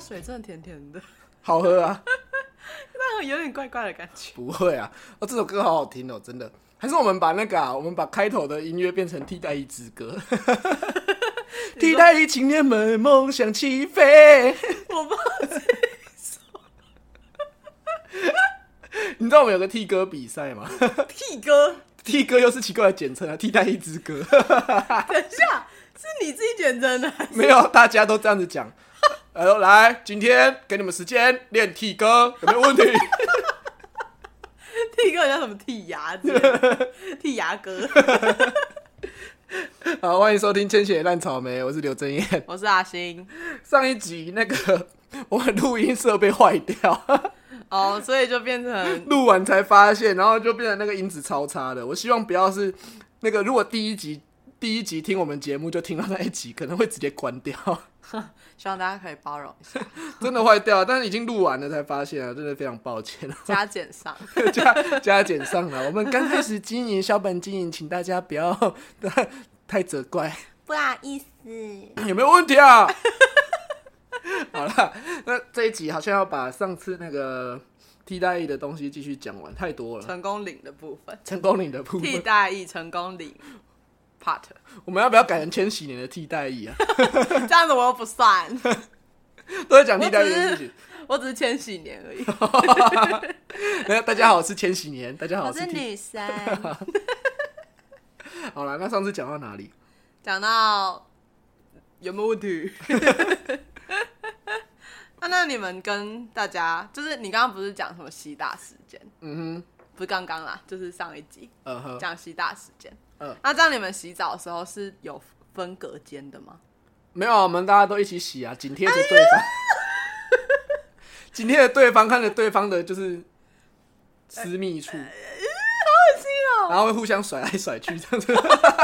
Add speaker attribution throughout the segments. Speaker 1: 水真啊的甜甜的，
Speaker 2: 好喝啊？
Speaker 1: 但有点怪怪的感觉。
Speaker 2: 不会啊，哦，这首歌好好听哦，真的。还是我们把那个啊，我们把开头的音乐变成替代役之歌，替代役青年们梦想起飞。
Speaker 1: 我不知道这
Speaker 2: 你知道我们有个替歌比赛吗？
Speaker 1: 替哥，
Speaker 2: 替歌又是奇怪的简称啊，替代役之歌。
Speaker 1: 等一下，是你自己简称的，
Speaker 2: 没有，大家都这样子讲。然后来，今天给你们时间练替歌，有没有问题？
Speaker 1: 替哥叫什么剃牙 之类的？剃牙哥，
Speaker 2: 好，欢迎收听《千血烂草莓》，我是刘真燕。
Speaker 1: 我是阿星。
Speaker 2: 上一集那个我们录音设备坏掉，
Speaker 1: 哦，所以就变成
Speaker 2: 录完才发现，然后就变成那个音质超差的。我希望不要是那个，如果第一集第一集听我们节目就听到那一集，可能会直接关掉，
Speaker 1: 希望大家可以包容一 下，
Speaker 2: 真的坏掉。但是已经录完了才发现啊，真的非常抱歉 啊。
Speaker 1: 加减上。
Speaker 2: 加加减上了，我们刚开始经营小本经营，请大家不要 太责怪。
Speaker 1: 不好意思，
Speaker 2: 有没有问题啊？ 好了，那这一集好像要把上次那个替代役的东西继续讲完，太多了。
Speaker 1: 成功领的部 分，
Speaker 2: 成功领的部
Speaker 1: 替
Speaker 2: 分，
Speaker 1: 代役成功领 part，
Speaker 2: 我们要不要改成千禧年的替代役啊？
Speaker 1: 这样子我又不算，
Speaker 2: 都在讲替代役的事情。
Speaker 1: 我只是千禧年 而已。
Speaker 2: 那大家好，我是千禧年，大家好，我是替。
Speaker 1: 生。
Speaker 2: 好了，那上次讲到哪里？
Speaker 1: 讲到有没有问题？ 那那你们跟大家，就是你刚刚不是讲什么西大时间？
Speaker 2: 嗯
Speaker 1: 不是刚刚啦，就是上一集
Speaker 2: 哼，嗯哼，
Speaker 1: 讲西大时间。
Speaker 2: 嗯
Speaker 1: 那这样你们洗澡的时候是有分隔间的吗？
Speaker 2: 没有啊，我们大家都一起洗啊，紧贴着
Speaker 1: 哎
Speaker 2: 对方， 紧贴着对方，看着对方的就是私密
Speaker 1: 哎
Speaker 2: 处，好恶心哦！然后会互相甩来甩去这样子，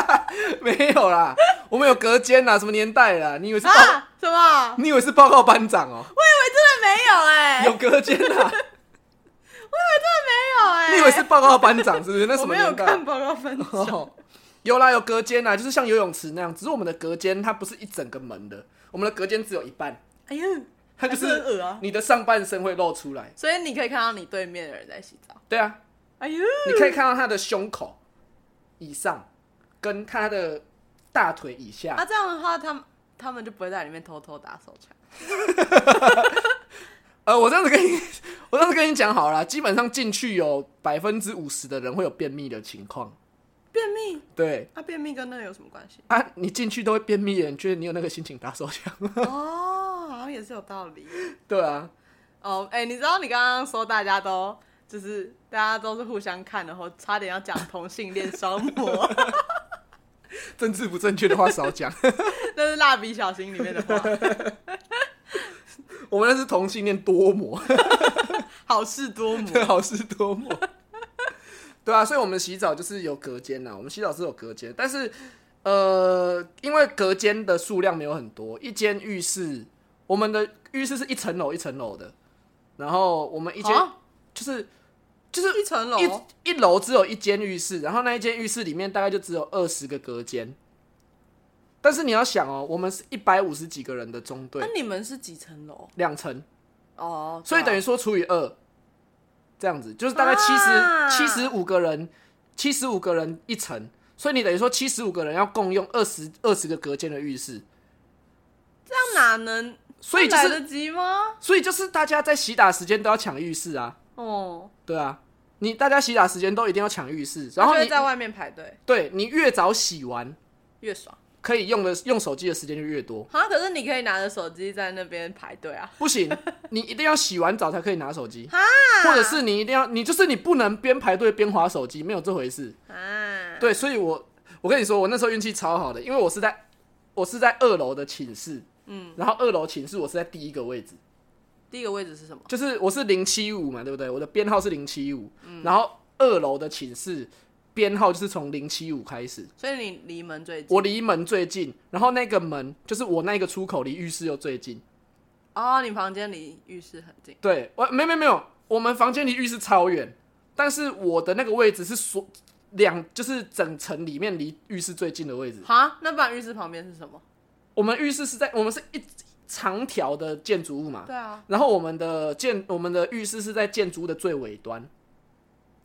Speaker 2: 没有啦，我们有隔间啊啦，什么年代啦？你以为是报？
Speaker 1: 啊？什么？
Speaker 2: 你以为是报告班长哦、
Speaker 1: 我以为真的没有哎、
Speaker 2: 有隔间啦，
Speaker 1: 没有哎、
Speaker 2: 你以为是报告班长是不是？那
Speaker 1: 我
Speaker 2: 什么
Speaker 1: 没有
Speaker 2: 年代啊
Speaker 1: 看？报告分 手，
Speaker 2: 哦，有啦，有隔间啦，就是像游泳池那样，只是我们的隔间它不是一整个门的，我们的隔间只有一半，
Speaker 1: 哎呦，
Speaker 2: 它就
Speaker 1: 还是很
Speaker 2: 是
Speaker 1: 恶啊！
Speaker 2: 你的上半身会露出来。
Speaker 1: 所以你可以看到你对面的人在洗澡。
Speaker 2: 对啊，
Speaker 1: 哎呦，
Speaker 2: 你可以看到他的胸口以上，跟他的大腿以下。
Speaker 1: 啊那、这样的话，他们他们就不会在里面偷偷打手枪。
Speaker 2: 呃，我这样子跟你， 我这样子跟你讲好了啦，基本上进去有百分之五十的人会有便秘的情况。
Speaker 1: 便秘，
Speaker 2: 对？
Speaker 1: 那、便秘跟那个有什么关系
Speaker 2: 啊，你进去都会便秘的人，觉得你有那个心情打手枪。
Speaker 1: 哦， 好像也是有道理。
Speaker 2: 对啊，
Speaker 1: 哦，哎、你知道你刚刚说大家都就是大家都是互相看，然后差点要讲同性恋双模，
Speaker 2: 政治不正确的话少讲。
Speaker 1: 那是蜡笔小新里面的话，
Speaker 2: 我们那是同性恋多模，
Speaker 1: 好事多 磨。
Speaker 2: 好事多磨。 对啊，所以我们洗澡就是有隔间啊呐，我们洗澡是有隔间，但是呃，因为隔间的数量没有很多，一间浴室，我们的浴室是一层楼一层楼的，然后我们一间、
Speaker 1: 啊
Speaker 2: 就是就是
Speaker 1: 一层楼
Speaker 2: 一一楼只有一间浴室，然后那一间浴室里面大概就只有二十个隔间，但是你要想哦，我们是一百五十几个人的中
Speaker 1: 那
Speaker 2: 队，
Speaker 1: 你们是几层楼？
Speaker 2: 两层，
Speaker 1: 哦，
Speaker 2: 所以等
Speaker 1: 于
Speaker 2: 于说除以二，这样子就是大概七
Speaker 1: 啊
Speaker 2: 十七十五个人，七十五个人一层，所以你等于说七十五个人要共用二十二十个隔间的浴室，
Speaker 1: 这样哪能？
Speaker 2: 所以就
Speaker 1: 来
Speaker 2: 是
Speaker 1: 得及吗？
Speaker 2: 所以就是大家在洗打时间都要抢浴室啊，
Speaker 1: 哦，
Speaker 2: 对啊，你大家洗打时间都一定要抢浴室，然后
Speaker 1: 就会
Speaker 2: 你
Speaker 1: 在外面排队
Speaker 2: 对你越早洗完，
Speaker 1: 越爽
Speaker 2: 可以用的用手机的时间就越多，
Speaker 1: 啊！可是你可以拿着手机在那边排队啊，
Speaker 2: 不行，你一定要洗完澡才可以拿手机，或者是你一定要你就是你不能边排队边划手机，没有这回事。
Speaker 1: 啊，
Speaker 2: 对，所以我我跟你说，我那时候运气超好的，因为我是在我是在二楼的寝室，嗯，然后二楼寝室我是在第一个位置，
Speaker 1: 第一个位置是什么？
Speaker 2: 就是我是零七五嘛，对不对？我的编号是零七五，然后二楼的寝室编号就是从零七五开始，
Speaker 1: 所以你离门最近
Speaker 2: 我离门最近，然后那个门就是我那个出口离浴室又最近，
Speaker 1: 哦，你房间离浴室很近，
Speaker 2: 对，我没没没有，我们房间离浴室超远，但是我的那个位置是所两就是整层里面离浴室最近的位置。
Speaker 1: 哈，那不然浴室旁边是什么？
Speaker 2: 我们浴室是在我们是一长条的建筑物嘛，
Speaker 1: 对啊，
Speaker 2: 然后我们的建我们的浴室是在建筑物的最尾端，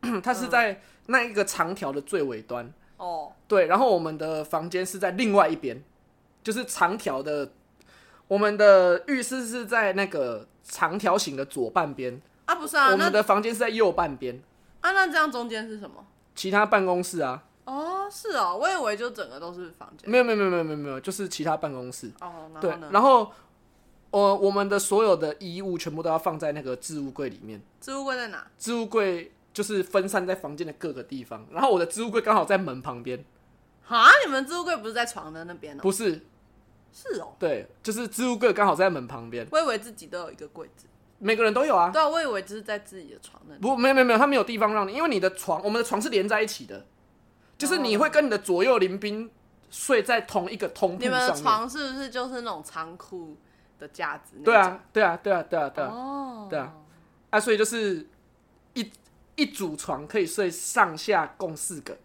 Speaker 2: 它
Speaker 1: 嗯
Speaker 2: 是在那一个长条的最尾端。
Speaker 1: 哦，
Speaker 2: 对，然后我们的房间是在另外一边，就是长条的。我们的浴室是在那个长条形的左半边，
Speaker 1: 啊不是啊，
Speaker 2: 我
Speaker 1: 那
Speaker 2: 们的房间是在右半边。
Speaker 1: 啊那这样中间是什么？
Speaker 2: 其他办公室啊，
Speaker 1: 哦，是哦，我以为就整个都是房间。
Speaker 2: 没有没有没有没有没有没有，就是其他办公室。
Speaker 1: 哦，然
Speaker 2: 对
Speaker 1: 后，呢？
Speaker 2: 然后呃，我们的所有的衣物全部都要放在那个置物柜里面。
Speaker 1: 置物柜在哪？
Speaker 2: 置物柜就是分散在房间的各个地方，然后我的置物柜刚好在门旁边，
Speaker 1: 啊，你们置物柜不是在床的那边哦？
Speaker 2: 不是，
Speaker 1: 是哦，
Speaker 2: 对，就是置物柜刚好在门旁边，
Speaker 1: 我以为自己都有一个柜子。
Speaker 2: 每个人都有啊。
Speaker 1: 对啊，我以为就是在自己的床那里。
Speaker 2: 不，没有没有没有，他没有地方让你，因为你的床，我们的床是连在一起的，就是你会跟你的左右邻兵睡在同一个通铺
Speaker 1: 你们的
Speaker 2: 上面。
Speaker 1: 床是不是就是那种仓库的架子？
Speaker 2: 对，啊，对啊，对啊，对啊，对啊，
Speaker 1: 哦，
Speaker 2: 对啊，啊，所以就是一一组床可以睡上下共四个，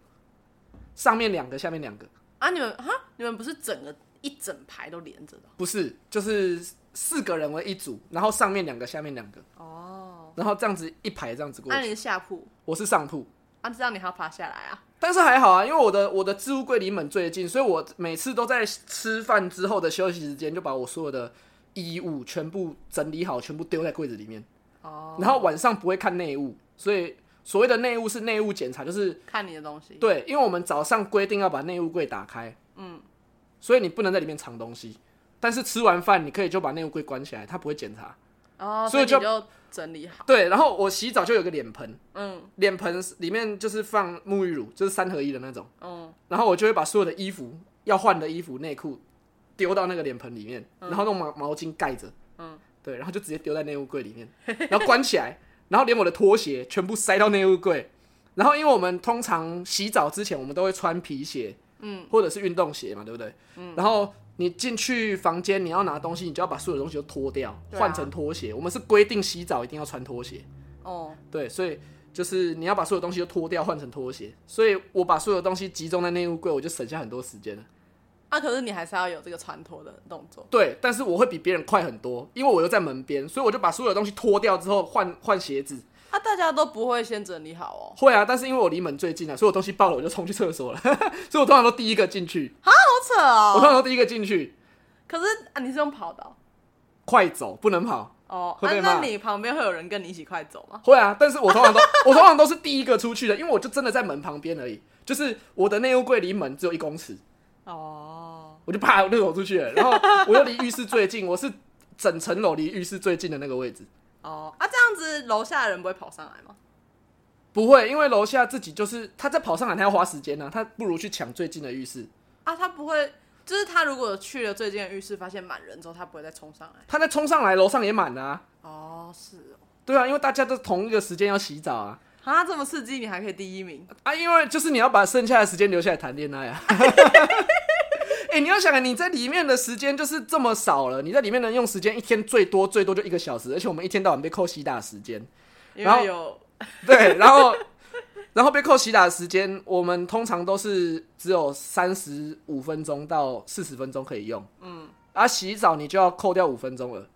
Speaker 2: 上面两个，下面两个，
Speaker 1: 啊，你们哈，你们不是整个一整排都连着的
Speaker 2: 不是，就是四个人为一组，然后上面两个，下面两个，
Speaker 1: 哦？
Speaker 2: 然后这样子一排这样子过
Speaker 1: 那
Speaker 2: 去。
Speaker 1: 你是下铺，
Speaker 2: 我是上铺，
Speaker 1: 啊，这样你还要爬下来啊？
Speaker 2: 但是还好啊，因为我的我的置物柜离门最近，所以我每次都在吃饭之后的休息时间就把我所有的衣物全部整理好，全部丢在柜子里面。
Speaker 1: 哦，
Speaker 2: 然后晚上不会看内务，所以所谓的内务是内务检查，就是
Speaker 1: 看你的东西。
Speaker 2: 对，因为我们早上规定要把内务柜打开，
Speaker 1: 嗯，
Speaker 2: 所以你不能在里面藏东西。但是吃完饭，你可以就把内务柜关起来，他不会检查。
Speaker 1: 哦，
Speaker 2: 所以
Speaker 1: 你
Speaker 2: 就
Speaker 1: 就整理好。
Speaker 2: 对，然后我洗澡就有个脸盆，
Speaker 1: 嗯
Speaker 2: 脸盆里面就是放沐浴乳，就是三合一的那种。
Speaker 1: 嗯，
Speaker 2: 然后我就会把所有的衣服要换的衣服、内裤丢到那个脸盆里面，然后用毛毛巾盖着，
Speaker 1: 嗯，
Speaker 2: 对，然后就直接丢在内务柜里面，然后关起来，然后连我的拖鞋全部塞到内务柜。然后因为我们通常洗澡之前，我们都会穿皮鞋，嗯，或者是运动鞋嘛，对不对？嗯，然后。你进去房间，你要拿东西，你就要把所有东西都脱掉，
Speaker 1: 对啊
Speaker 2: 换成拖鞋。我们是规定洗澡一定要穿拖鞋，
Speaker 1: 哦，
Speaker 2: 对，所以就是你要把所有东西都脱掉，换成拖鞋。所以我把所有东西集中在内务柜，我就省下很多时间了。
Speaker 1: 啊，可是你还是要有这个穿脱的动作。
Speaker 2: 对，但是我会比别人快很多，因为我又在门边，所以我就把所有东西脱掉之后换换鞋子。
Speaker 1: 啊，大家都不会先整理好哦。
Speaker 2: 会啊，但是因为我离门最近啊，所以我东西爆了，我就冲去厕所了。 所以我通常都第一个进去，
Speaker 1: 好扯
Speaker 2: 我
Speaker 1: 哦。
Speaker 2: 通常都第一个进去，
Speaker 1: 可是啊，你是用跑的哦
Speaker 2: 快走，不能跑。
Speaker 1: 哦。
Speaker 2: 会
Speaker 1: 啊
Speaker 2: 被，骂
Speaker 1: 那你旁边会有人跟你一起快走吗？
Speaker 2: 会啊，但是我通常都我通常都是第一个出去的，因为我就真的在门旁边而已，就是我的内务柜离门只有一公尺，
Speaker 1: 哦，
Speaker 2: 我就啪我就走出去了，然后我又离浴室最近，我是整层楼离浴室最近的那个位置。
Speaker 1: 哦，啊，这样子楼下的人不会跑上来吗？
Speaker 2: 不会，因为楼下自己就是他在跑上来，他要花时间呢、啊他不如去抢最近的浴室。
Speaker 1: 啊，他不会，就是他如果去了最近的浴室，发现满人之后，他不会再冲上来。
Speaker 2: 他再冲上来，楼上也满了、啊。
Speaker 1: 哦，是哦。
Speaker 2: 对啊，因为大家都同一个时间要洗澡啊
Speaker 1: 啊，这么刺激，你还可以第一名？
Speaker 2: 啊！因为就是你要把剩下的时间留下来谈恋爱啊。哎、你要想啊，你在里面的时间就是这么少了，你在里面能用时间一天最多最多就一个小时，而且我们一天到晚被扣西打时间。
Speaker 1: 因
Speaker 2: 然后
Speaker 1: 为有
Speaker 2: 对，然后然后被扣洗打的时间，我们通常都是只有三十五分钟到四十分钟可以用。嗯，啊，洗澡你就要扣掉五分钟了，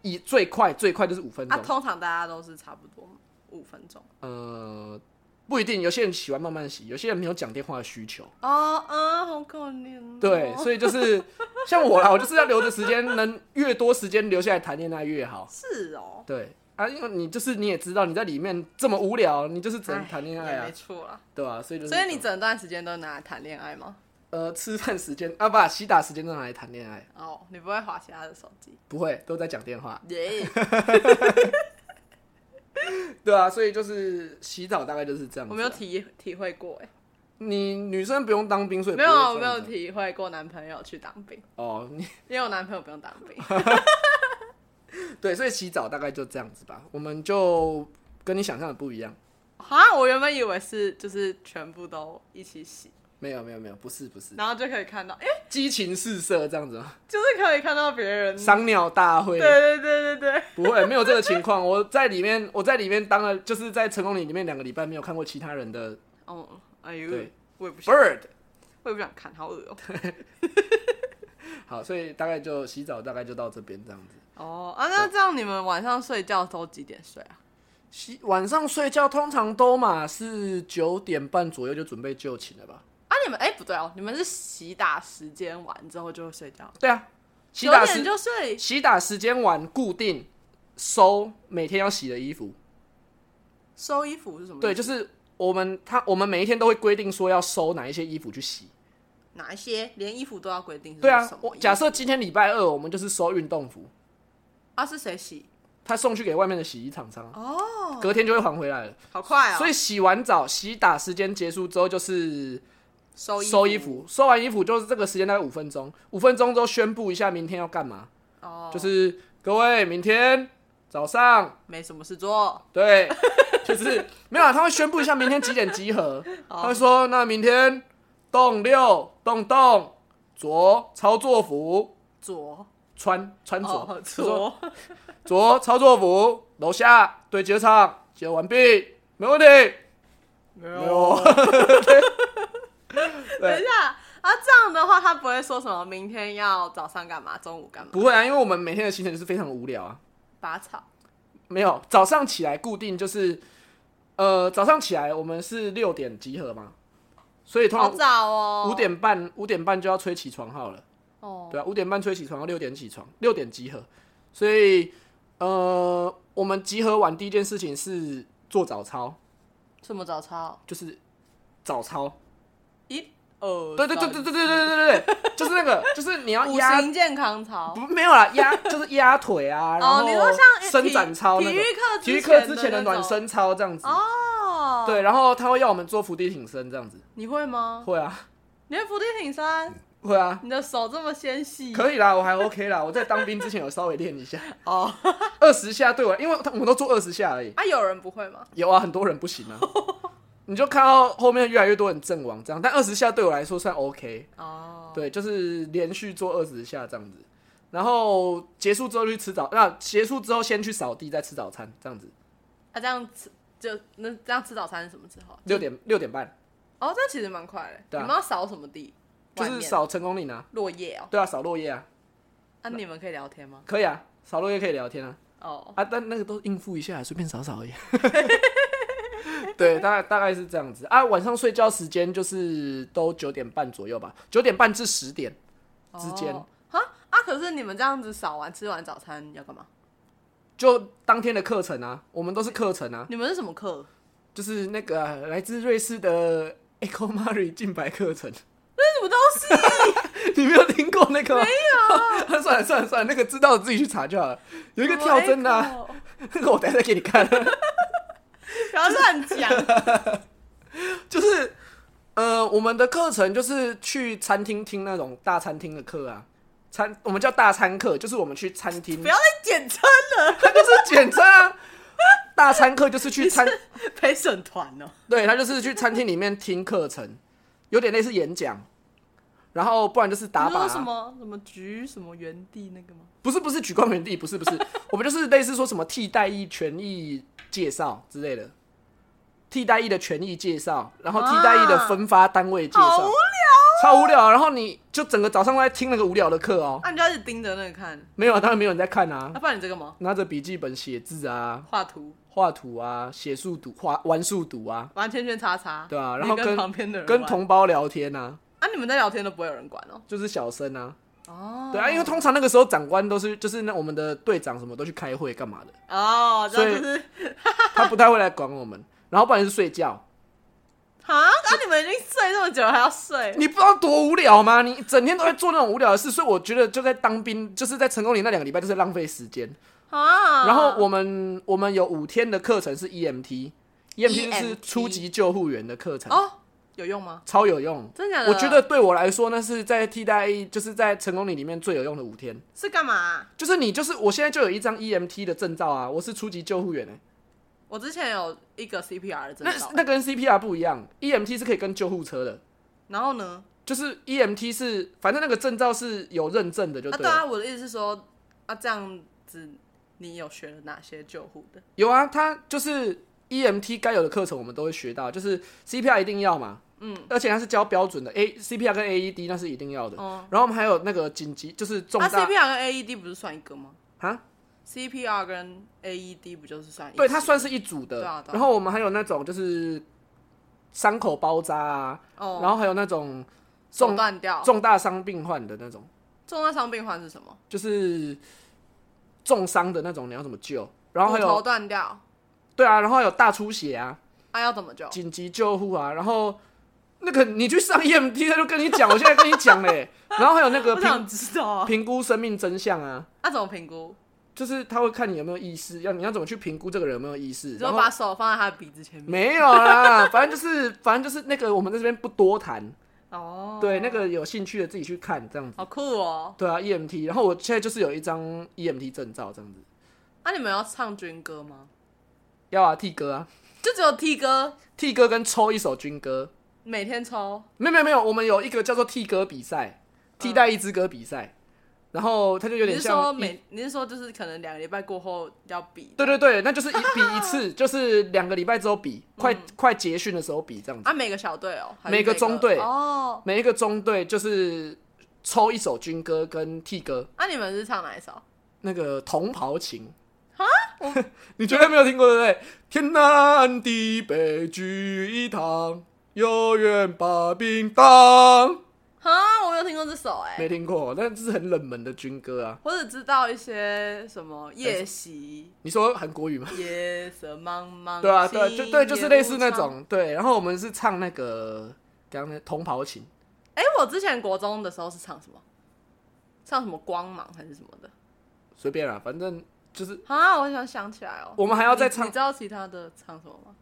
Speaker 2: 以最快最快就是五分
Speaker 1: 啊，
Speaker 2: 钟。
Speaker 1: 通常大家都是差不多五分钟。
Speaker 2: 呃，不一定，有些人喜欢慢慢洗，有些人没有讲电话的需求。
Speaker 1: 哦，嗯，好可怜、哦。
Speaker 2: 对，所以就是像我啦，我就是要留着时间，能越多时间留下来谈恋爱越好。
Speaker 1: 是哦，
Speaker 2: 对啊，因为你就是你也知道你在里面这么无聊，你就是只能谈恋爱
Speaker 1: 哎也
Speaker 2: 啊
Speaker 1: 没，错啦。
Speaker 2: 对吧、所以就是
Speaker 1: 所以你整段时间都拿来谈恋爱吗？
Speaker 2: 呃，吃饭时间啊，不，洗打时间都拿来谈恋爱，
Speaker 1: 哦，你不会划其他的手机？
Speaker 2: 不会，都在讲电话，
Speaker 1: 耶、
Speaker 2: 对啊，所以就是洗澡大概就是这 样、啊
Speaker 1: 我没有，体体会过哎、
Speaker 2: 你女生不用当兵，所以不
Speaker 1: 没
Speaker 2: 会
Speaker 1: 有啊，
Speaker 2: 这样
Speaker 1: 我没有
Speaker 2: 子
Speaker 1: 体会过男朋友去当 兵，
Speaker 2: 哦，你
Speaker 1: 因为我男朋友不用当 兵。
Speaker 2: 对，所以洗澡大概就这样子吧，我们就跟你想象的不一样，
Speaker 1: 啊，我原本以为是就是全部都一起洗，
Speaker 2: 没有没有没有，不是不是，
Speaker 1: 然后就可以看到，哎、
Speaker 2: 激情四射这样子吗，
Speaker 1: 就是可以看到别人。
Speaker 2: 赏鸟大会
Speaker 1: 嗯对对对对对，
Speaker 2: 不会没有这个情况，我在里面我在里面当了，就是在成功里里面两个礼拜没有看过其他人的
Speaker 1: 哦，哎呦
Speaker 2: 对，
Speaker 1: 我也不想，
Speaker 2: bird，
Speaker 1: 我也不想看，好恶哦、
Speaker 2: 好，所以大概就洗澡，大概就到这边这样子。
Speaker 1: 哦啊，那这样你们晚上睡觉都几点睡啊？
Speaker 2: 洗晚上睡觉通常都嘛是九点半左右就准备就寝了吧？
Speaker 1: 啊，你们哎、不对哦，你们是洗打时间完之后就会睡觉，
Speaker 2: 对啊，洗
Speaker 1: 九
Speaker 2: 打
Speaker 1: 点
Speaker 2: 时
Speaker 1: 就睡。
Speaker 2: 洗打时间晚固定收每天要洗的衣服，
Speaker 1: 收衣服是什么意思？
Speaker 2: 对，就是我们他我们每一天都会规定说要收哪一些衣服去洗。
Speaker 1: 哪一些连衣服都要规定是
Speaker 2: 对啊
Speaker 1: 什么意思？，
Speaker 2: 我假设今天礼拜二我们就是收运动服，
Speaker 1: 啊是谁洗？
Speaker 2: 他送去给外面的洗衣厂商，
Speaker 1: 哦，
Speaker 2: 隔天就会还回来了。
Speaker 1: 好快哦！
Speaker 2: 所
Speaker 1: 以
Speaker 2: 以洗完澡、洗打时间结束之后，就是
Speaker 1: 收
Speaker 2: 收衣服。收完衣服就是这个时间大概五分钟，五分钟之后宣布一下明天要干嘛，
Speaker 1: 哦，
Speaker 2: 就是各位明天早上
Speaker 1: 没什么事做。
Speaker 2: 对，就是没有啊，他会宣布一下明天几点集合，他会说那明天动六动动着操作服
Speaker 1: 左
Speaker 2: 穿穿着
Speaker 1: 哦左，
Speaker 2: 着操作服楼下对接场接完毕，没问题。
Speaker 1: 没
Speaker 2: 没有。
Speaker 1: 等一下啊，这样的话他不会说什么明天要早上干嘛，中午干嘛，
Speaker 2: 不会啊，因为我们每天的行程就是非常无聊啊。
Speaker 1: 拔草
Speaker 2: 没有，早上起来固定就是，呃，早上起来我们是六点集合嘛，所以通
Speaker 1: 好
Speaker 2: 常
Speaker 1: 早哦，
Speaker 2: 五点半五点半就要吹起床号了。
Speaker 1: 哦，
Speaker 2: 对啊，五点半吹起床，六点起床，六点集合。所以，呃，我们集合完第一件事情是做早操，
Speaker 1: 什么早操？
Speaker 2: 就是早操。
Speaker 1: 一二，
Speaker 2: 对对对
Speaker 1: 三
Speaker 2: 对对对对对对对，就是那个，就是你要
Speaker 1: 五
Speaker 2: 啊压
Speaker 1: 行健康操。
Speaker 2: 不没有啦，压就是压腿啊，然
Speaker 1: 哦，
Speaker 2: 后
Speaker 1: 你说像
Speaker 2: 伸
Speaker 1: 体
Speaker 2: 展操那
Speaker 1: 体
Speaker 2: 个
Speaker 1: 育。课
Speaker 2: 体育课之前
Speaker 1: 前
Speaker 2: 的
Speaker 1: 那
Speaker 2: 暖
Speaker 1: 种
Speaker 2: 身操这样子，
Speaker 1: 哦，，
Speaker 2: 对，然后他会要我们做伏地挺身这样子，
Speaker 1: 你会吗？
Speaker 2: 会啊，
Speaker 1: 你会伏地挺身？
Speaker 2: 会啊，
Speaker 1: 你的手这么纤细，
Speaker 2: 可以啦，我还 OK 啦，我在当兵之前有稍微练一下，
Speaker 1: 哦。
Speaker 2: 二十下对我，因为他我们都做二十下而已，
Speaker 1: 啊，有人不会吗？
Speaker 2: 有啊，很多人不行 啊，你就看到后面越来越多人阵亡这样，但二十下对我来说算 OK，
Speaker 1: 哦，
Speaker 2: 对，就是连续做二十下这样子，然后结束之后去吃早，那结束之后先去扫地，再吃早餐这样子，
Speaker 1: 啊，这样吃就那这样吃早餐是什么时候？啊
Speaker 2: 六点六点半
Speaker 1: 哦，这样其实蛮快的。
Speaker 2: 对啊
Speaker 1: 你们要扫什么地？
Speaker 2: 就
Speaker 1: 外
Speaker 2: 是
Speaker 1: 面
Speaker 2: 扫成功岭啊，
Speaker 1: 落叶哦。
Speaker 2: 对啊，扫落叶啊，
Speaker 1: 啊，你们可以聊天吗？
Speaker 2: 可以啊，扫落叶可以聊天啊。
Speaker 1: 哦，
Speaker 2: 啊，但那个都应付一下，随便扫扫而已。 对，大概大概是这样子啊。晚上睡觉时间就是都九点半左右吧，九点半至十点之间，
Speaker 1: 哦哈啊，可是你们这样子扫完吃完早餐要干嘛？
Speaker 2: 就当天的课程啊，我们都是课程啊，
Speaker 1: 你们是什么 课？
Speaker 2: 就是那个啊、来自瑞士的 Eco Mari 净白课程，
Speaker 1: 那什么东西？
Speaker 2: 你没有听过那个吗？没 有。算了算了算了，那个知道的自己去查就好了。有一个跳针的、啊，
Speaker 1: 哦，
Speaker 2: 那个我等一下再给你看。
Speaker 1: 不要乱讲。
Speaker 2: 就是呃，我们的课程就是去餐厅听那种大餐厅的课啊，餐我们叫大餐课，就是我们去餐厅
Speaker 1: 不，要再简称了，
Speaker 2: 它就是简称啊。大餐课就是去 餐，
Speaker 1: 陪审团哦。
Speaker 2: 对，它就是去餐厅里面听课程，有点类似演讲，然后不然就是打啊
Speaker 1: 你说
Speaker 2: 靶、
Speaker 1: 什么什么局什么原地那个吗？
Speaker 2: 不是不是举光原地，不是不是， 我们就是类似说什么替代役权益介绍之类的，替代役的权益介绍，然后替代役的分发单位介
Speaker 1: 啊好
Speaker 2: 绍
Speaker 1: 无，聊
Speaker 2: 超无聊。然后你就整个早上都在听那个无聊的课哦。
Speaker 1: 啊！你就要一直盯着那个看，
Speaker 2: 没有啊，当然没有人在看啊
Speaker 1: 那、，不然你这个吗？
Speaker 2: 拿着笔记本写字啊，
Speaker 1: 画图。
Speaker 2: 画图啊，写数独画玩数独啊，
Speaker 1: 玩圈圈叉叉，
Speaker 2: 对啊，
Speaker 1: 你
Speaker 2: 然后
Speaker 1: 跟
Speaker 2: 跟
Speaker 1: 旁边的人
Speaker 2: 跟
Speaker 1: 玩
Speaker 2: 同胞聊天啊，
Speaker 1: 啊，你们在聊天都不会有人管哦。
Speaker 2: 就是小声啊，
Speaker 1: 哦，
Speaker 2: 对啊，因为通常那个时候长官都是就是那我们的队长什么都去开会干嘛的，
Speaker 1: 哦，这
Speaker 2: 所以
Speaker 1: 样就是
Speaker 2: 他不太会来管我们，然后不然就是睡觉，
Speaker 1: 啊啊！你们已经睡这么久了还要睡，
Speaker 2: 你不知道多无聊吗？你整天都在做那种无聊的事，所以我觉得就在当兵，就是在成功里那两个礼拜就是浪费时间。
Speaker 1: 啊！
Speaker 2: 然后我们我们有五天的课程是 E EMT，EMT 就是初级救护员的课程，
Speaker 1: E 哦，嗯有用吗？
Speaker 2: 超有用。
Speaker 1: 真的假的？
Speaker 2: 我觉得对我来说，那是在替代役，就是在成功里里面最有用的五天。
Speaker 1: 是干嘛啊、
Speaker 2: 就是你，就是我现在就有一张 EMT 的证照啊，我是初级救护员哎、
Speaker 1: 我之前有一个 CPR 的
Speaker 2: 那
Speaker 1: 证照，
Speaker 2: 那跟 CPR 不一样，EMT 是可以跟救护车的，
Speaker 1: 然后呢？
Speaker 2: 就是 EMT 是反正那个证照是有认证的就
Speaker 1: 啊，
Speaker 2: 对
Speaker 1: 对
Speaker 2: 了。
Speaker 1: 啊，我的意思是说，啊，这样子你有学了哪些救护的？
Speaker 2: E 有啊，他就是 EMT 该有的课程我们都会学到，就是 CPR 一定要嘛，嗯，而且它是交标准的 A CPR 跟 AED 那是一定要的。
Speaker 1: 哦
Speaker 2: 然后我们还有那个紧急，就是重
Speaker 1: 那
Speaker 2: 大
Speaker 1: CPR 跟 AED 不是算一个吗
Speaker 2: 啊，
Speaker 1: ？CPR 跟 AED 不就是算一起？
Speaker 2: 对，它算是一组的。
Speaker 1: 对啊对啊
Speaker 2: 然后我们还有那种就是伤口包扎啊，
Speaker 1: 哦，
Speaker 2: 然后还有那种
Speaker 1: 手
Speaker 2: 重
Speaker 1: 断掉。
Speaker 2: 重大伤病患的那种，
Speaker 1: 重大伤病患是什么？
Speaker 2: 就是重伤的那种，你要怎么救？然后还
Speaker 1: 骨头
Speaker 2: 有
Speaker 1: 断掉，
Speaker 2: 对啊，然后还有大出血啊，
Speaker 1: 啊要怎么救？
Speaker 2: 紧急救护啊，然后。那个你去上 EMT，他就跟你讲，我现在跟你讲 嘞。然后还有那个
Speaker 1: 我
Speaker 2: 评
Speaker 1: 想知道啊，
Speaker 2: 评估生命真相啊，
Speaker 1: 那怎么评估？
Speaker 2: 就是他会看你有没有意识，要你要怎么去评估这个人有没有意识。
Speaker 1: 你
Speaker 2: 然
Speaker 1: 就
Speaker 2: 后
Speaker 1: 把手放在他的鼻子前面。
Speaker 2: 没 有啦，反正就是反正就是那个我们在这边不多谈，
Speaker 1: 哦，
Speaker 2: 对，那个有兴趣的自己去看这样子。
Speaker 1: 好酷哦。
Speaker 2: 对啊，EMT，然后我现在就是有一张 EMT 证照这样子，
Speaker 1: 那啊你们要唱军歌吗？
Speaker 2: 要啊，T 哥啊
Speaker 1: 就只有 T 歌，
Speaker 2: ，T 哥跟抽一首军歌，
Speaker 1: 每天抽。
Speaker 2: 没有没有没有，我们有一个叫做 T 歌比赛，替代一支歌比赛，然后它就有
Speaker 1: 嗯你
Speaker 2: 点
Speaker 1: 是说
Speaker 2: 像一，
Speaker 1: 每你是说就是可能两个礼拜过后要比？
Speaker 2: 对对对，那就是一比一
Speaker 1: 啊
Speaker 2: 次，就是两个礼拜之后比，
Speaker 1: 嗯
Speaker 2: 快快结训的时候比这样子，
Speaker 1: 啊，每个小队哦，还是
Speaker 2: 每个中队
Speaker 1: 哦。
Speaker 2: 每一个中队就是抽一首军歌跟 T 歌。
Speaker 1: 那啊你们是唱哪一首？
Speaker 2: 那个同袍情 啊，你绝对没有听过对不对？天南地北聚一堂，有缘把兵当。
Speaker 1: 啊，我没有听过这首哎、
Speaker 2: 没听过，但这是很冷门的军歌啊。
Speaker 1: 我只知道一些什么夜 袭，
Speaker 2: 你说韩国语吗？
Speaker 1: 夜色茫茫。
Speaker 2: 对啊，对啊，就对，就是类似
Speaker 1: 心
Speaker 2: 那
Speaker 1: 也无常。
Speaker 2: 种对。然后我们是唱那个刚刚那同袍情，
Speaker 1: 哎、我之前国中的时候是唱什么？唱什么光芒还是什么的？
Speaker 2: 随便啦，反正就是
Speaker 1: 啊，我想想起来哦。
Speaker 2: 我们还要再
Speaker 1: 你
Speaker 2: 唱
Speaker 1: 你知道其他的唱什么吗？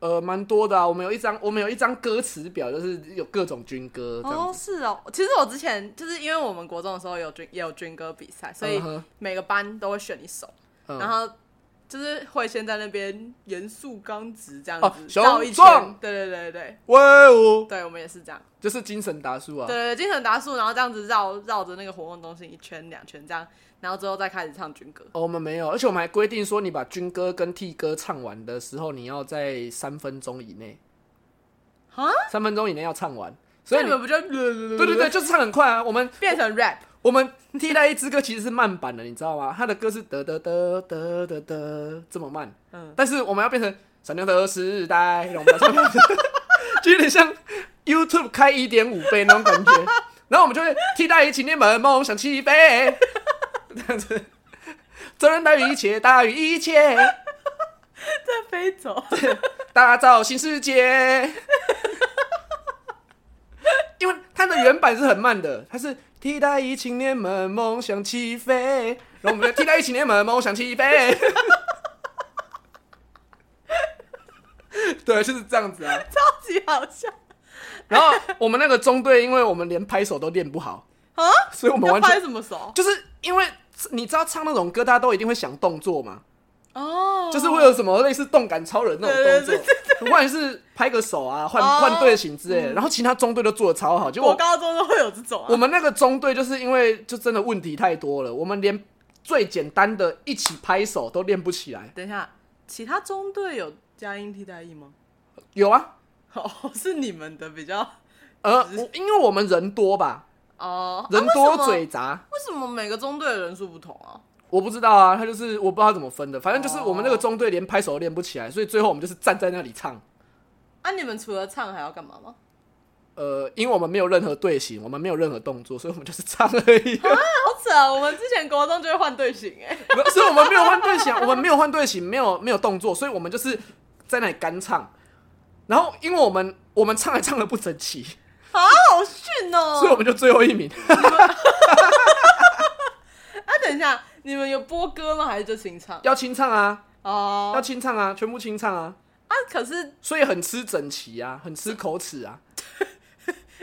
Speaker 2: 呃蛮多的啊。我们有一张我们有一张歌词表，就是有各种军歌这样
Speaker 1: 哦，
Speaker 2: 子。
Speaker 1: 是哦。其实我之前就是因为我们国中的时候有军也有军歌比赛，所以
Speaker 2: 嗯哼
Speaker 1: 每个班都会选一首，
Speaker 2: 嗯
Speaker 1: 然后就是会先在那边严肃刚直这样
Speaker 2: 哦
Speaker 1: 子
Speaker 2: 雄
Speaker 1: 绕一
Speaker 2: 壮
Speaker 1: 圈。对对对对对，
Speaker 2: 威武，
Speaker 1: 对我们也是这样。
Speaker 2: 就是精神达叔啊。
Speaker 1: 对对对，精神达数，然后这样子绕绕着那个活动中心一圈两圈这样，然后之后再开始唱军歌。
Speaker 2: 哦，我们没有，而且我们还规定说，你把军歌跟替歌唱完的时候，你要在三分钟以内，
Speaker 1: 啊，
Speaker 2: 三分钟以内要唱完。所
Speaker 1: 所
Speaker 2: 以
Speaker 1: 以
Speaker 2: 你
Speaker 1: 你
Speaker 2: 对
Speaker 1: 们不就
Speaker 2: 对对，就是唱很快啊。我们
Speaker 1: 变成 rap
Speaker 2: 我们替代一支歌其实是慢版的，你知道吗？它的歌是得得得得得得这么慢，
Speaker 1: 嗯
Speaker 2: 但是我们要变成闪亮的时代，让我们来唱就有点像 YouTube 开一点五倍那种感觉。然后我们就会替代一起念本梦想起飞，这样子，责任大于一切，大于一切。
Speaker 1: 在飞 走？
Speaker 2: 打造新世界。因为它的原版是很慢的，它是替代役青年们梦想起飞，然后我们就替代役青年们梦想起飞。对，就是这样子啊。
Speaker 1: 超级好笑
Speaker 2: 然后我们那个中队，因为我们连拍手都练不好，
Speaker 1: 啊！
Speaker 2: 所以我们
Speaker 1: 要
Speaker 2: 完
Speaker 1: 拍
Speaker 2: 全
Speaker 1: 什么手？
Speaker 2: 就是因为你知道唱那种歌，大家都一定会想动作嘛。
Speaker 1: 哦，
Speaker 2: 就是会有什么类似动感超人那种动作
Speaker 1: 对对，
Speaker 2: 不管是拍个手啊，换
Speaker 1: 哦
Speaker 2: 换队形之类的。然后其他中队都做的超好，结
Speaker 1: 我
Speaker 2: 果
Speaker 1: 高中都会有这种、啊。
Speaker 2: 我们那个中队就是因为就真的问题太多了，我们连最简单的一起拍手都练不起来。
Speaker 1: 等一下，其他中队有佳音替代役吗？
Speaker 2: 有啊，
Speaker 1: 哦，是你们的比较
Speaker 2: 呃，我因为我们人多吧，
Speaker 1: 哦，啊
Speaker 2: 人
Speaker 1: 为
Speaker 2: 多。
Speaker 1: 什么
Speaker 2: 嘴杂，
Speaker 1: 为什么每个中队的人数不同啊？
Speaker 2: 我不知道啊，他就是我不知道怎么分的，反正就是
Speaker 1: 哦
Speaker 2: 我们那个中队连拍手都练不起来，所以最后我们就是站在那里唱。
Speaker 1: 啊，你们除了唱还要干嘛吗？
Speaker 2: 呃，因为我们没有任何队形，我们没有任何动作，所以我们就是唱而已。
Speaker 1: 好扯啊！我们之前国中就会换队形哎、
Speaker 2: 没有所以我们没有换队形啊，我们没有换队形，没有没有动作，所以我们就是在那里干唱。然后，因为我们我们唱还唱的不整齐，
Speaker 1: 啊，好逊哦、
Speaker 2: 所以我们就最后一名。
Speaker 1: 啊，等一下，你们有播歌吗？还是就清唱？
Speaker 2: 要清唱啊，
Speaker 1: 哦，
Speaker 2: 要清唱啊，全部清唱啊，
Speaker 1: 啊，可是
Speaker 2: 所以很吃整齐啊，很吃口齿啊。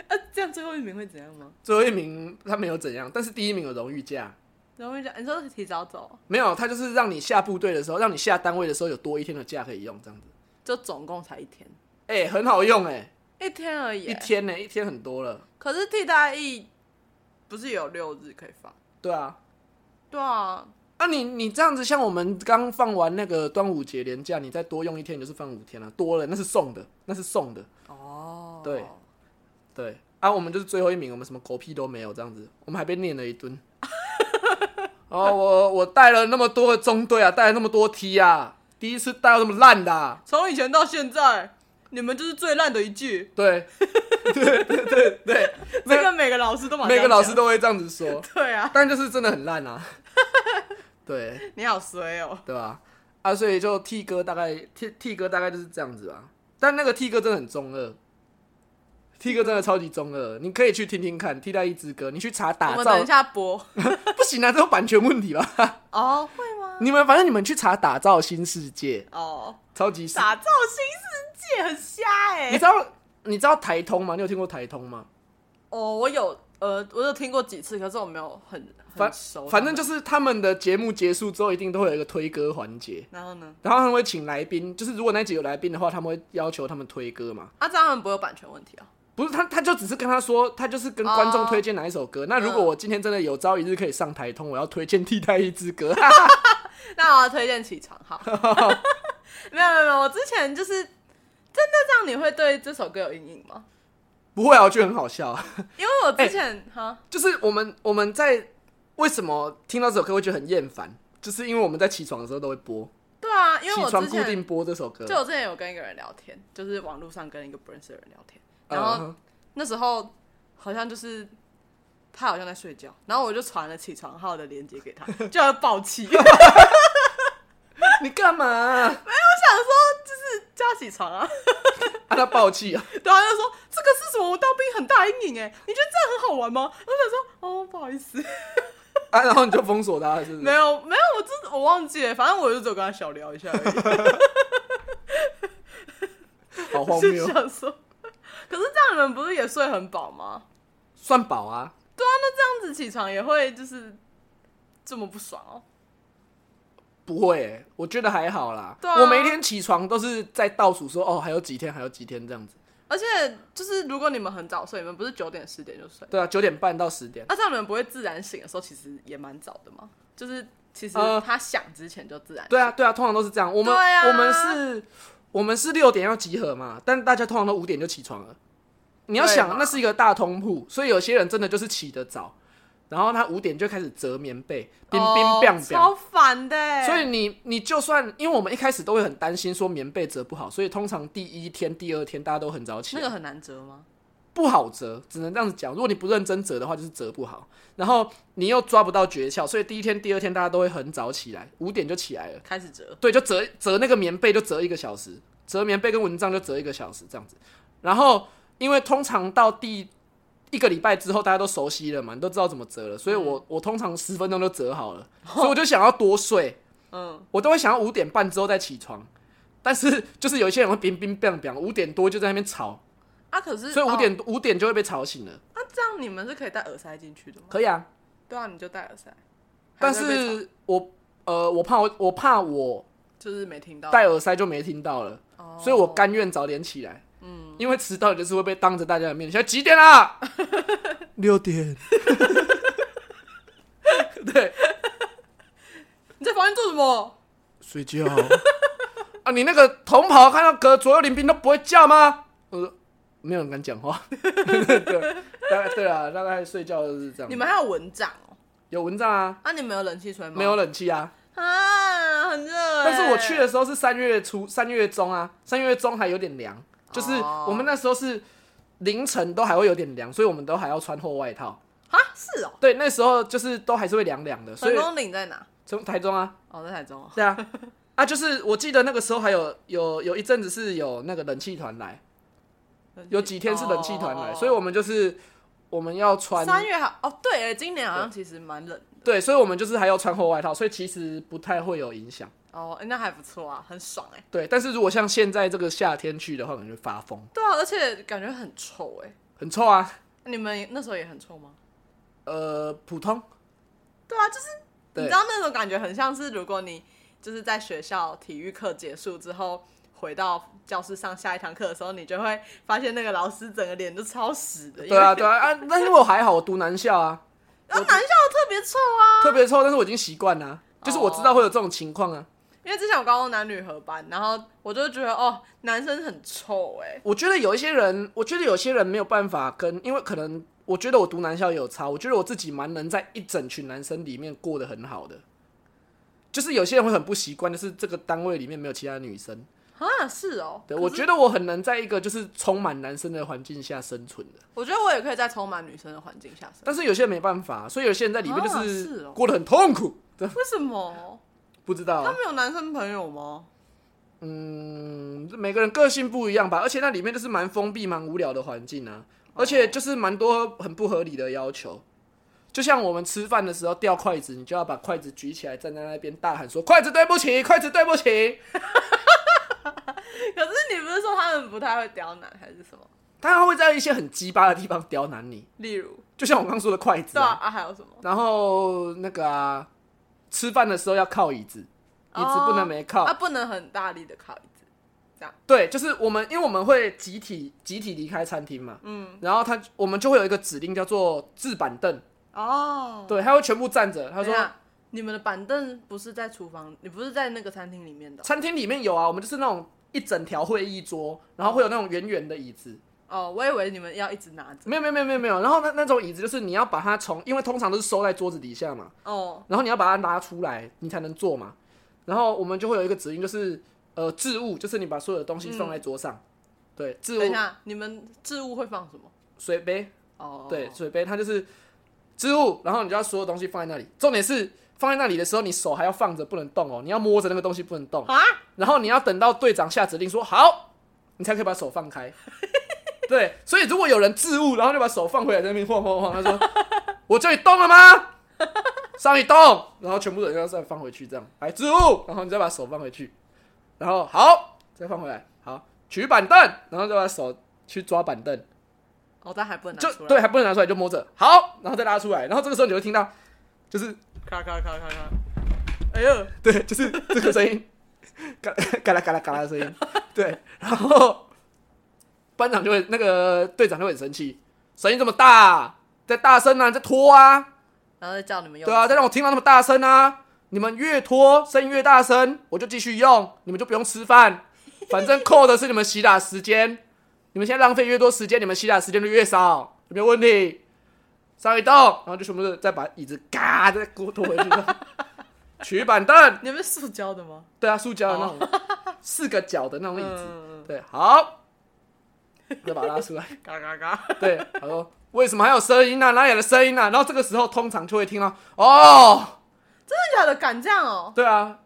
Speaker 1: 啊，这样最后一名会怎样吗？
Speaker 2: 最后一名他没有怎样，但是第一名有荣誉价，
Speaker 1: 然后我跟你讲，你说提早走，
Speaker 2: 没有，他就是让你下部队的时候，让你下单位的时候有多一天的假可以用，这样子。
Speaker 1: 就总共才一天，
Speaker 2: 哎、很好用哎、
Speaker 1: 一天而已、
Speaker 2: 一。天哎呢、一天很多了。
Speaker 1: 可是替代役不是有六日可以放？
Speaker 2: 对啊，
Speaker 1: 对啊，
Speaker 2: 啊你，你这样子，像我们刚放完那个端啊午节连假，你再多用一天，你就是放五天了、多了那是送的，那是送的。
Speaker 1: 哦，
Speaker 2: 对对啊，我们就是最后一名，我们什么狗屁都没有这样子，我们还被念了一顿。 哦，我我带了那么多的中队啊，带了那么多 T 啊，第一次带到这么烂的、啊，
Speaker 1: 从以前到现在，你们就是最烂的一句。
Speaker 2: 对，对对对对，
Speaker 1: 这个每个老师都马上
Speaker 2: 每个老师
Speaker 1: 讲
Speaker 2: 都会这样子说，
Speaker 1: 对啊，
Speaker 2: 但就是真的很烂啊。 对，
Speaker 1: 你好衰哦、
Speaker 2: 对吧？啊，所以就 T 哥大概 T T 哥大概就是这样子吧。但那个 T 哥真的很中二，T 哥真的超级中二，你可以去听听看。替代一支歌，你去查打
Speaker 1: 我们
Speaker 2: 造
Speaker 1: 等一下播
Speaker 2: 不行啊，这有版权问题吧？
Speaker 1: 哦，会吗？
Speaker 2: 你们反正你们去查打造新世界，
Speaker 1: 哦，
Speaker 2: 超级傻。
Speaker 1: 打造新世界很瞎哎、
Speaker 2: 你知道你知道台通吗？你有听过台通吗？
Speaker 1: 哦，我有呃，我有听过几次，可是我没有很
Speaker 2: 反
Speaker 1: 很熟。，
Speaker 2: 反正就是是他们的节目结束之后，一定都会有一个推歌环节，
Speaker 1: 然后呢？
Speaker 2: 然后他们会请来宾，就是如果那集有来宾的话，他们会要求他们推歌嘛。
Speaker 1: 啊，这样他们不会有版权问题哦。
Speaker 2: 不是他，他就只是跟他说，他就是跟观众
Speaker 1: 哦
Speaker 2: 推荐哪一首歌。那如果
Speaker 1: 嗯
Speaker 2: 我今天真的有朝一日可以上台通，我要推荐替代一支 歌。
Speaker 1: 那我要推荐起床 号。没有没有没有，我之前就是真的这样，你会对这首歌有阴影吗？
Speaker 2: 不会啊，我觉得很好笑啊。
Speaker 1: 因为我之前哈、
Speaker 2: 就是我们我们在为什么听到这首歌会觉得很厌烦，就是因为我们在起床的时候都会播，
Speaker 1: 对啊，因为
Speaker 2: 起
Speaker 1: 我
Speaker 2: 床
Speaker 1: 之
Speaker 2: 固
Speaker 1: 前
Speaker 2: 定播这首歌。
Speaker 1: 就我之前有跟一个人聊天，就是网络上跟一个不认识的人聊天，然后
Speaker 2: 嗯
Speaker 1: 那时候好像就是他好像在睡觉，然后我就传了起床号的链接给他，就要暴气， 我想说
Speaker 2: 你干嘛啊？
Speaker 1: 就是叫他起床啊，
Speaker 2: 啊他爆气啊！
Speaker 1: 然后他就说这个是什么？我当兵很大阴影哎，你觉得这样很好玩吗？我想说哦，不好意思，
Speaker 2: 啊，然后你就封锁他，是不
Speaker 1: 没
Speaker 2: 是？
Speaker 1: 有没有，我真我忘记了，反正我就只有跟他小聊一下而已，
Speaker 2: 好荒
Speaker 1: 就
Speaker 2: 谬，
Speaker 1: 想说，可是这样你们不是也睡很饱吗？
Speaker 2: 算宝啊！
Speaker 1: 对啊，那这样子起床也会就是这么不爽哦。
Speaker 2: 不会欸、我觉得还好啦。
Speaker 1: 对啊
Speaker 2: 我每天起床都是在倒数说，哦，还有几天，还有几天这样子。
Speaker 1: 而且就是如果你们很早睡，你们不是九点十点就睡，
Speaker 2: 对啊，九点半到十点。
Speaker 1: 那这样你们不会自然醒的时候，其实也蛮早的嘛。就是其实
Speaker 2: 呃
Speaker 1: 他想之前就自然醒。
Speaker 2: 对啊，对啊，通常都是这样。我们、
Speaker 1: 对啊
Speaker 2: 我们是，我们是六点要集合嘛，但大家通常都五点就起床了。你要
Speaker 1: 对
Speaker 2: 想
Speaker 1: 嘛，
Speaker 2: 那是一个大通铺，所以有些人真的就是起得早，然后他五点就开始折棉被，冰冰
Speaker 1: 哦
Speaker 2: 冰
Speaker 1: 超
Speaker 2: 冰。
Speaker 1: 烦的欸。
Speaker 2: 所以你你就算，因为我们一开始都会很担心说棉被折不好，所以通常第一天、第二天大家都很早起
Speaker 1: 那
Speaker 2: 来，
Speaker 1: 个很难折吗？
Speaker 2: 不好折，只能这样子讲。如果你不认真折的话，就是折不好。然后你又抓不到诀窍，所以第一天、第二天大家都会很早起来，五点就起来了。
Speaker 1: 开始折，
Speaker 2: 对，就折折那个棉被就折一个小时，折棉被跟蚊帐就折一个小时这样子。然后因为通常到第一个礼拜之后，大家都熟悉了嘛，你都知道怎么折了，所以我、
Speaker 1: 嗯
Speaker 2: 我通常十分钟就折好 了，所以我就想要多睡，
Speaker 1: 嗯，
Speaker 2: 我都会想要五点半之后再起床。但是就是有一些人会冰冰冰冰，五点多就在那边吵，
Speaker 1: 啊，可是
Speaker 2: 所以五
Speaker 1: 哦
Speaker 2: 点五、点就会被吵醒了。
Speaker 1: 那、这样你们是可以戴耳塞进去的吗？
Speaker 2: 可以啊，
Speaker 1: 对啊，你就戴耳塞。
Speaker 2: 但
Speaker 1: 还会被吵
Speaker 2: 是我呃我怕我我怕我
Speaker 1: 就是没听到，
Speaker 2: 戴耳塞就没听到了。
Speaker 1: 哦
Speaker 2: 所以我甘愿早点起来。嗯，因为迟到就是会被当着大家的面，现在几点啊啦？ 六点。 对，
Speaker 1: 你在房间做什么？
Speaker 2: 睡觉。 啊，你那个同袍看到隔左右邻兵都不会叫吗？我说没有人敢讲话。 对，大概对啊，大概睡觉就是这样。
Speaker 1: 你们还有蚊帐哦？
Speaker 2: 有蚊帐啊？
Speaker 1: 啊，你们有冷气吹吗？
Speaker 2: 没有冷气啊？
Speaker 1: 啊，很热欸。
Speaker 2: 但是我去的时候是三月初、三月中啊，三月中还有点凉，就是
Speaker 1: 哦
Speaker 2: 我们那时候是凌晨都还会有点凉，所以我们都还要穿厚外套。
Speaker 1: 啊，是哦。
Speaker 2: 对，那时候就是都还是会凉凉的，所
Speaker 1: 成
Speaker 2: 以
Speaker 1: 功岭在哪？
Speaker 2: 从台中啊，
Speaker 1: 哦，在台中哦。
Speaker 2: 对啊，啊，就是我记得那个时候还有有有一阵子是有那个冷气团来，有几天是冷气团来，
Speaker 1: 哦
Speaker 2: 所以我们就是我们要穿，
Speaker 1: 三月好哦，对耶，今年好像其实蛮冷的
Speaker 2: 对，所以我们就是还要穿厚外套，所以其实不太会有影响。
Speaker 1: 哦，欸那还不错啊，很爽哎。
Speaker 2: 对，但是如果像现在这个夏天去的话，感觉发疯，
Speaker 1: 对啊，而且感觉很臭哎。
Speaker 2: 很臭啊，
Speaker 1: 你们那时候也很臭吗？
Speaker 2: 呃，普通，
Speaker 1: 对啊，就是你
Speaker 2: 对
Speaker 1: 知道那种感觉很像是，如果你就是在学校体育课结束之后回到教室上下一堂课的时候，你就会发现那个老师整个脸都超屎的。因为
Speaker 2: 对啊，，对啊，啊，但是我还好，我读男校 啊，
Speaker 1: 然后男校特别臭啊。哦
Speaker 2: 特别臭，但是我已经习惯了啊、就是我知道会有这种情况啊，
Speaker 1: 因为之前我高中男女合班，然后我就觉得哦，男生很臭哎、
Speaker 2: 我觉得有一些人，我觉得有些人没有办法跟，因为可能我觉得我读男校也有差，我觉得我自己蛮能在一整群男生里面过得很好的。就是有些人会很不习惯，就是这个单位里面没有其他女生。
Speaker 1: 啊，是哦。
Speaker 2: 对，
Speaker 1: 可
Speaker 2: 我
Speaker 1: 是
Speaker 2: 觉得我很能在一个就是充满男生的环境下生存的，
Speaker 1: 我觉得我也可以在充满女生的环境下生。
Speaker 2: 但是有些人没办法，所以有些人在里面就
Speaker 1: 啊是
Speaker 2: 是
Speaker 1: 哦
Speaker 2: 过得很痛苦。对，
Speaker 1: 为什么？
Speaker 2: 不知道
Speaker 1: 他
Speaker 2: 啊，
Speaker 1: 们有男生朋友 吗？
Speaker 2: 嗯，每个人个性不一样吧，而且那里面就是蛮封闭、蛮无聊的环境啊，而且就是蛮多很不合理的要求。就像我们吃饭的时候掉筷子，你就要把筷子举起来，站在那边大喊说：“筷子对不起，筷子对不起。
Speaker 1: 可是你不是说他们不太会刁难还是什么？”
Speaker 2: 他会在一些很鸡巴的地方刁难你，
Speaker 1: 例如，
Speaker 2: 就像我刚刚说的筷子、
Speaker 1: 对啊，啊还有什么？
Speaker 2: 然后那个啊，吃饭的时候要靠椅子，椅子不能没靠。
Speaker 1: 啊，不能很大力的靠椅子，这样。
Speaker 2: 对，就是我们，因为我们会集体集体离开餐厅嘛，嗯，然后他我们就会有一个指令叫做置板凳，
Speaker 1: 哦，
Speaker 2: 对，他会全部站着。他
Speaker 1: 他
Speaker 2: 说
Speaker 1: 你们的板凳不是在厨房，你不是在那个餐厅里面的
Speaker 2: 餐厅里面有啊，我们就是那种一整条会议桌，然后会有那种圆圆的椅子，
Speaker 1: 哦。哦我以为你们要一直拿着。
Speaker 2: 没有没有没有没有没有，然后那那种椅子就是你要把它从，因为通常都是收在桌子底下嘛，
Speaker 1: 哦，
Speaker 2: 然后你要把它拿出来，你才能坐嘛。然后我们就会有一个指令，就是呃置物，就是你把所有的东西放在桌上，对，置
Speaker 1: 嗯等一
Speaker 2: 物
Speaker 1: 下，你们置物会放什么？
Speaker 2: 水杯，
Speaker 1: 哦，
Speaker 2: 对，水杯它就是织物，然后你就要所有东西放在那里。重点是放在那里的时候，你手还要放着，不能动哦，你要摸着那个东西不能动。
Speaker 1: 啊，
Speaker 2: 然后你要等到队长下指令说好，你才可以把手放 开。对，所以如果有人置物，然后就把手放回来，在那边晃晃晃，他说：“我叫你动了吗？上一动。”然后全部人要再放回去，这样来置物，然后你再把手放回去，然后好，再放回来，好，取板凳，然后再把手去抓板凳。
Speaker 1: 哦，但还不能
Speaker 2: 就
Speaker 1: 拿出来。
Speaker 2: 对，还不能拿出来，就摸着，好，然后再拉出来，然后这个时候你会听到，就是
Speaker 1: 咔咔咔咔咔。哎呦，
Speaker 2: 对，就是这个声音，嘎嘎啦嘎啦嘎啦的声音，对，然后班长就会那个队长就会很生气，声音这么大，再大声啊，再拖啊，
Speaker 1: 然后再叫你们用。
Speaker 2: 对啊，再让我听到那么大声啊，你们越拖声音越大声，我就继续用，你们就不用吃饭，反正扣的是你们洗打时间，你们现在浪费越多时间，你们洗打时间就越少，有没有问题？上一动，然后就全部都再把椅子嘎再给我拖回去， 取板凳，
Speaker 1: 你们是塑胶的吗？
Speaker 2: 对啊，塑胶的那种、 四个角的那种椅子，
Speaker 1: 哦嗯
Speaker 2: 对，好，再把它拉出来。
Speaker 1: 嘎嘎嘎。
Speaker 2: 对，他说为什么还有声音呢、啊？哪里来的声音呢、啊？然后这个时候通常就会听到哦，
Speaker 1: 真的假的？敢这样哦？
Speaker 2: 对啊，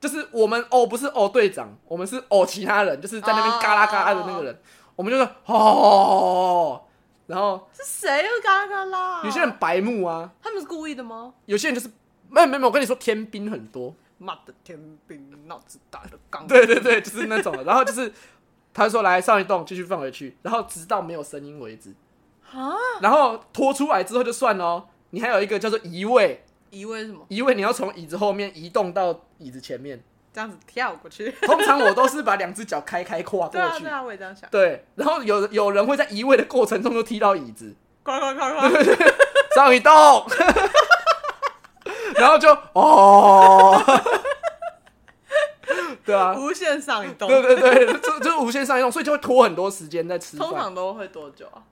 Speaker 2: 就是我们哦不是哦队长，我们是哦其他人，就是在那边
Speaker 1: 哦
Speaker 2: 嘎啦嘎啦的那个人，我们就说哦，然后
Speaker 1: 是谁又嘎嘎啦？
Speaker 2: 有些人白目啊，
Speaker 1: 他们是故意的吗？
Speaker 2: 有些人就是没有没有，我跟你说天兵很多，
Speaker 1: 妈的天兵，脑子打的刚。
Speaker 2: 对对对，就是那种的，然后就是他说来上一栋继续放回去，然后直到没有声音为止，
Speaker 1: 啊，
Speaker 2: 然后拖出来之后就算了哦，你还有一个叫做移位，
Speaker 1: 以为什么？
Speaker 2: 移位你要从椅子后面移动到椅子前面，
Speaker 1: 这样子跳过去。
Speaker 2: 通常我都是把两只脚开开跨过去。
Speaker 1: 对啊，对啊，我也这样想。
Speaker 2: 对，然后有有人会在移位的过程中就踢到椅子，
Speaker 1: 快快快快！
Speaker 2: 上一动， 然后就哦，对啊，
Speaker 1: 无限上移动。
Speaker 2: 对对对，就就无限上移动，所以就会拖很多时间在吃
Speaker 1: 通
Speaker 2: 饭。
Speaker 1: 常都会多久啊？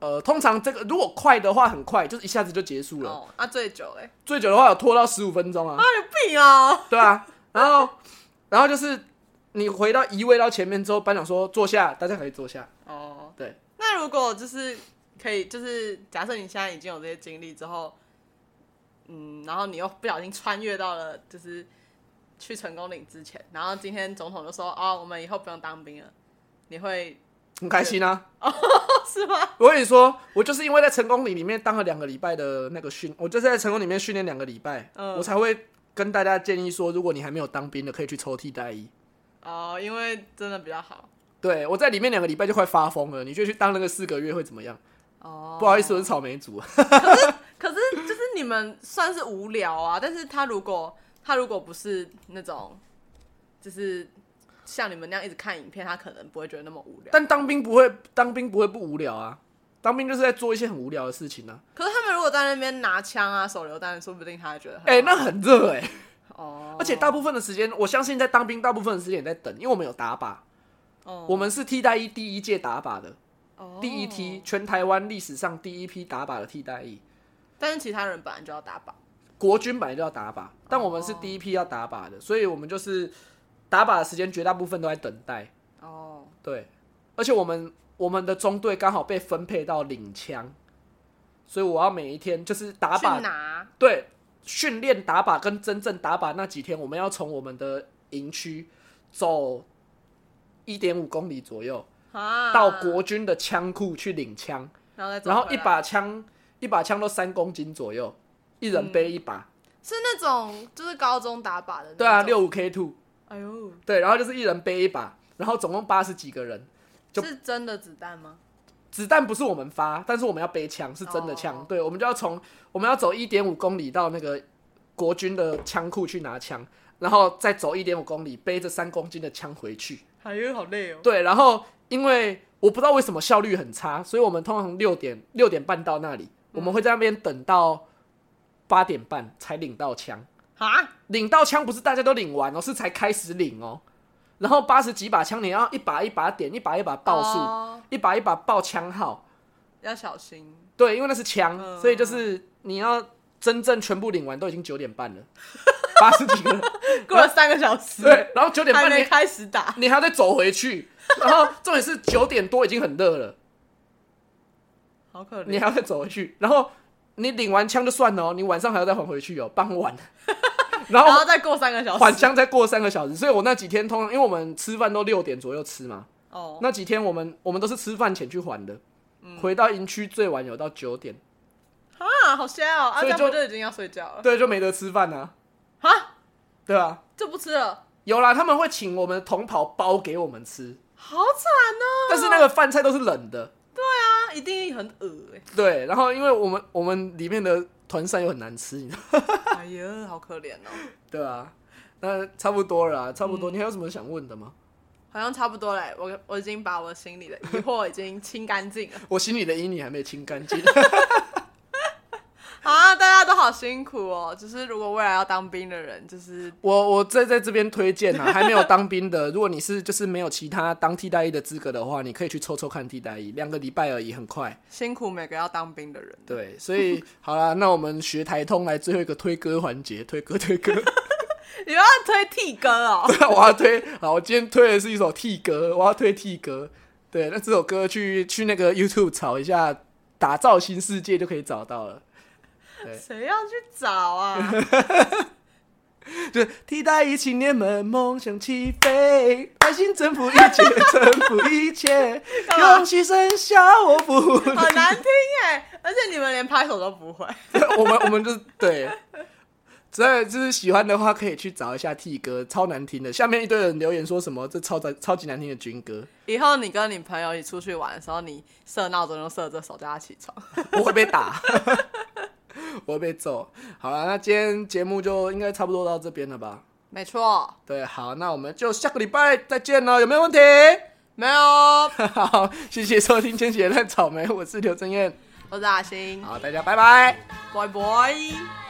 Speaker 2: 呃，通常这个如果快的话，很快就是一下子就结束了；
Speaker 1: 哦，那最久嘞？
Speaker 2: 最久的话有拖到十五分钟啊
Speaker 1: 啊，，有病哦！
Speaker 2: 对啊。然后，然后就是你回到移位到前面之后，班长说坐下，大家可以坐下。
Speaker 1: 哦，
Speaker 2: 对，
Speaker 1: 那如果就是可以，就是假设你现在已经有这些经历之后，嗯，然后你又不小心穿越到了就是去成功岭之前，然后今天总统就说哦，我们以后不用当兵了，你会
Speaker 2: 很开心啊。
Speaker 1: 是吗？
Speaker 2: 我跟你说，我就是因为在成功里里面当了两个礼拜的那个训，我就是在成功里面训练两个礼拜，
Speaker 1: 嗯
Speaker 2: 我才会跟大家建议说，如果你还没有当兵的，可以去抽替代役。
Speaker 1: 哦，因为真的比较好
Speaker 2: 对我在里面两个礼拜就快发疯了，你就去当那个四个月会怎么样？
Speaker 1: 哦。
Speaker 2: 不好意思，我是草莓族。啊
Speaker 1: 可是就是你们算是无聊啊，但是他如果他如果不是那种就是像你们那样一直看影片，他可能不会觉得那么无聊。
Speaker 2: 但当兵不会，当兵不会不无聊啊，当兵就是在做一些很无聊的事情啊。
Speaker 1: 可是他们如果在那边拿枪啊、手榴弹，说不定他还觉得很
Speaker 2: 哎、那很热哎、
Speaker 1: 哦，
Speaker 2: 而且大部分的时间，我相信在当兵大部分的时间也在等，因为我们有打靶，
Speaker 1: 哦
Speaker 2: 我们是替代役第一届打靶的，
Speaker 1: 哦
Speaker 2: 第一批，全台湾历史上第一批打靶的替代役。
Speaker 1: 但是其他人本来就要打靶，
Speaker 2: 国军本来就要打靶，但我
Speaker 1: 哦
Speaker 2: 们是第一批要打靶的，所以我们就是打靶的时间绝大部分都在等待。
Speaker 1: 哦，
Speaker 2: 对，而且我们我们的中队刚好被分配到领枪，所以我要每一天就是打
Speaker 1: 去
Speaker 2: 靶，
Speaker 1: 拿，
Speaker 2: 对，训练打靶跟真正打靶那几天，我们要从我们的营区走一点五公里左右
Speaker 1: 啊，
Speaker 2: 到国军的枪库去领枪，
Speaker 1: 然后再走
Speaker 2: 然后
Speaker 1: 回
Speaker 2: 一
Speaker 1: 来
Speaker 2: 把枪一把枪都三公斤左右，一人背一把，
Speaker 1: 是那种就是高中打靶的，
Speaker 2: 对啊，，六五 K two。
Speaker 1: 哎呦，
Speaker 2: 对，然后就是一人背一把，然后总共八十几个人。就是
Speaker 1: 真的子弹吗？
Speaker 2: 子弹不是我们发，但是我们要背枪，是真的枪。
Speaker 1: 哦
Speaker 2: 对，我们就要从我们要走一点五公里到那个国军的枪库去拿枪，然后再走一点五公里，背着三公斤的枪回去。
Speaker 1: 哎呦，好累哦，
Speaker 2: 对，然后因为我不知道为什么效率很差，所以我们通常六点六点半到那里，我们会在那边等到八点半才领到枪。
Speaker 1: 啊，
Speaker 2: 领到枪不是大家都领完哦，是才开始领哦。然后八十几把枪，你要一把一把点，一把一把报数，
Speaker 1: 哦
Speaker 2: 一把一把报枪号。
Speaker 1: 要小心，
Speaker 2: 对，因为那是枪，
Speaker 1: 嗯
Speaker 2: 所以就是你要真正全部领完都已经九点半了， 八十几个人。
Speaker 1: 过了三个小时，
Speaker 2: 对，然后九点
Speaker 1: 还
Speaker 2: 半
Speaker 1: 没
Speaker 2: 你
Speaker 1: 开始打，
Speaker 2: 你还要再走回去，然后重点是九点多已经很热了，
Speaker 1: 好可
Speaker 2: 你
Speaker 1: 怜，
Speaker 2: 还要再走回去，然后你领完枪就算了哦，你晚上还要再还回去哦，傍 晚。然后
Speaker 1: 然后再过三个小
Speaker 2: 返
Speaker 1: 时，
Speaker 2: 乡再过三个小时，所以我那几天通常因为我们吃饭都六点左右吃嘛，
Speaker 1: 哦，嗯
Speaker 2: 那几天我们我们都是吃饭前去还的，回到营区最晚有到九点，
Speaker 1: 啊，好香哦，啊，
Speaker 2: 所
Speaker 1: 这
Speaker 2: 以
Speaker 1: 样
Speaker 2: 就
Speaker 1: 不就已经要睡觉了？
Speaker 2: 对，就没得吃饭啊，
Speaker 1: 啊，
Speaker 2: 对啊，
Speaker 1: 就不吃了，
Speaker 2: 有啦，他们会请我们的同袍包给我们吃，
Speaker 1: 好惨哦，
Speaker 2: 但是那个饭菜都是冷的，
Speaker 1: 啊，一定很恶哎，
Speaker 2: 对，然后因为我们我们里面的团扇又很难吃，你知道，
Speaker 1: 哎呀，好可怜哦，
Speaker 2: 对啊，那差不多了啊，差不多，你还有什么想问的吗？
Speaker 1: 好像差不多嘞，我我已经把我心里的疑惑已经清干净了。
Speaker 2: 我心里的阴你还没清干净，
Speaker 1: 好啊，大家都好辛苦哦。就是如果未来要当兵的人，就是
Speaker 2: 我我再在这边推荐啊，还没有当兵的，如果你是就是没有其他当替代役的资格的话，你可以去抽抽看替代役，两个礼拜而已，很快。
Speaker 1: 辛苦每个要当兵的人。
Speaker 2: 对，所以好啦，那我们学台通来最后一个推歌环节，推歌推歌，
Speaker 1: 你要推替歌哦，
Speaker 2: 我要推。好，我今天推的是一首替歌，我要推替歌。对，那这首歌去去那个 YouTube 找一下，打造新世界就可以找到了。
Speaker 1: 谁要去找啊？
Speaker 2: 就是替代役青年们梦想起飞，爱心征服一切，征服一切，
Speaker 1: 干嘛
Speaker 2: 用牺牲消我不
Speaker 1: 好难听哎，而且你们连拍手都不会。
Speaker 2: 我们我们就是对，只要就是喜欢的话，可以去找一下 T 歌，超难听的。下面一堆人留言说什么这超级超级难听的军歌，
Speaker 1: 以后你跟你朋友一起出去玩的时候，你设闹钟就设这首，叫他起床。
Speaker 2: 我会被打， 我会被揍。好了，那今天节目就应该差不多到这边了吧？
Speaker 1: 没错，
Speaker 2: 对，好，那我们就下个礼拜再见了，有没有问题？
Speaker 1: 没有哦，
Speaker 2: 好，谢谢收听《千禧的烂草莓》，我是刘正燕。
Speaker 1: 我是阿星，
Speaker 2: 好，大家拜拜。
Speaker 1: 拜拜。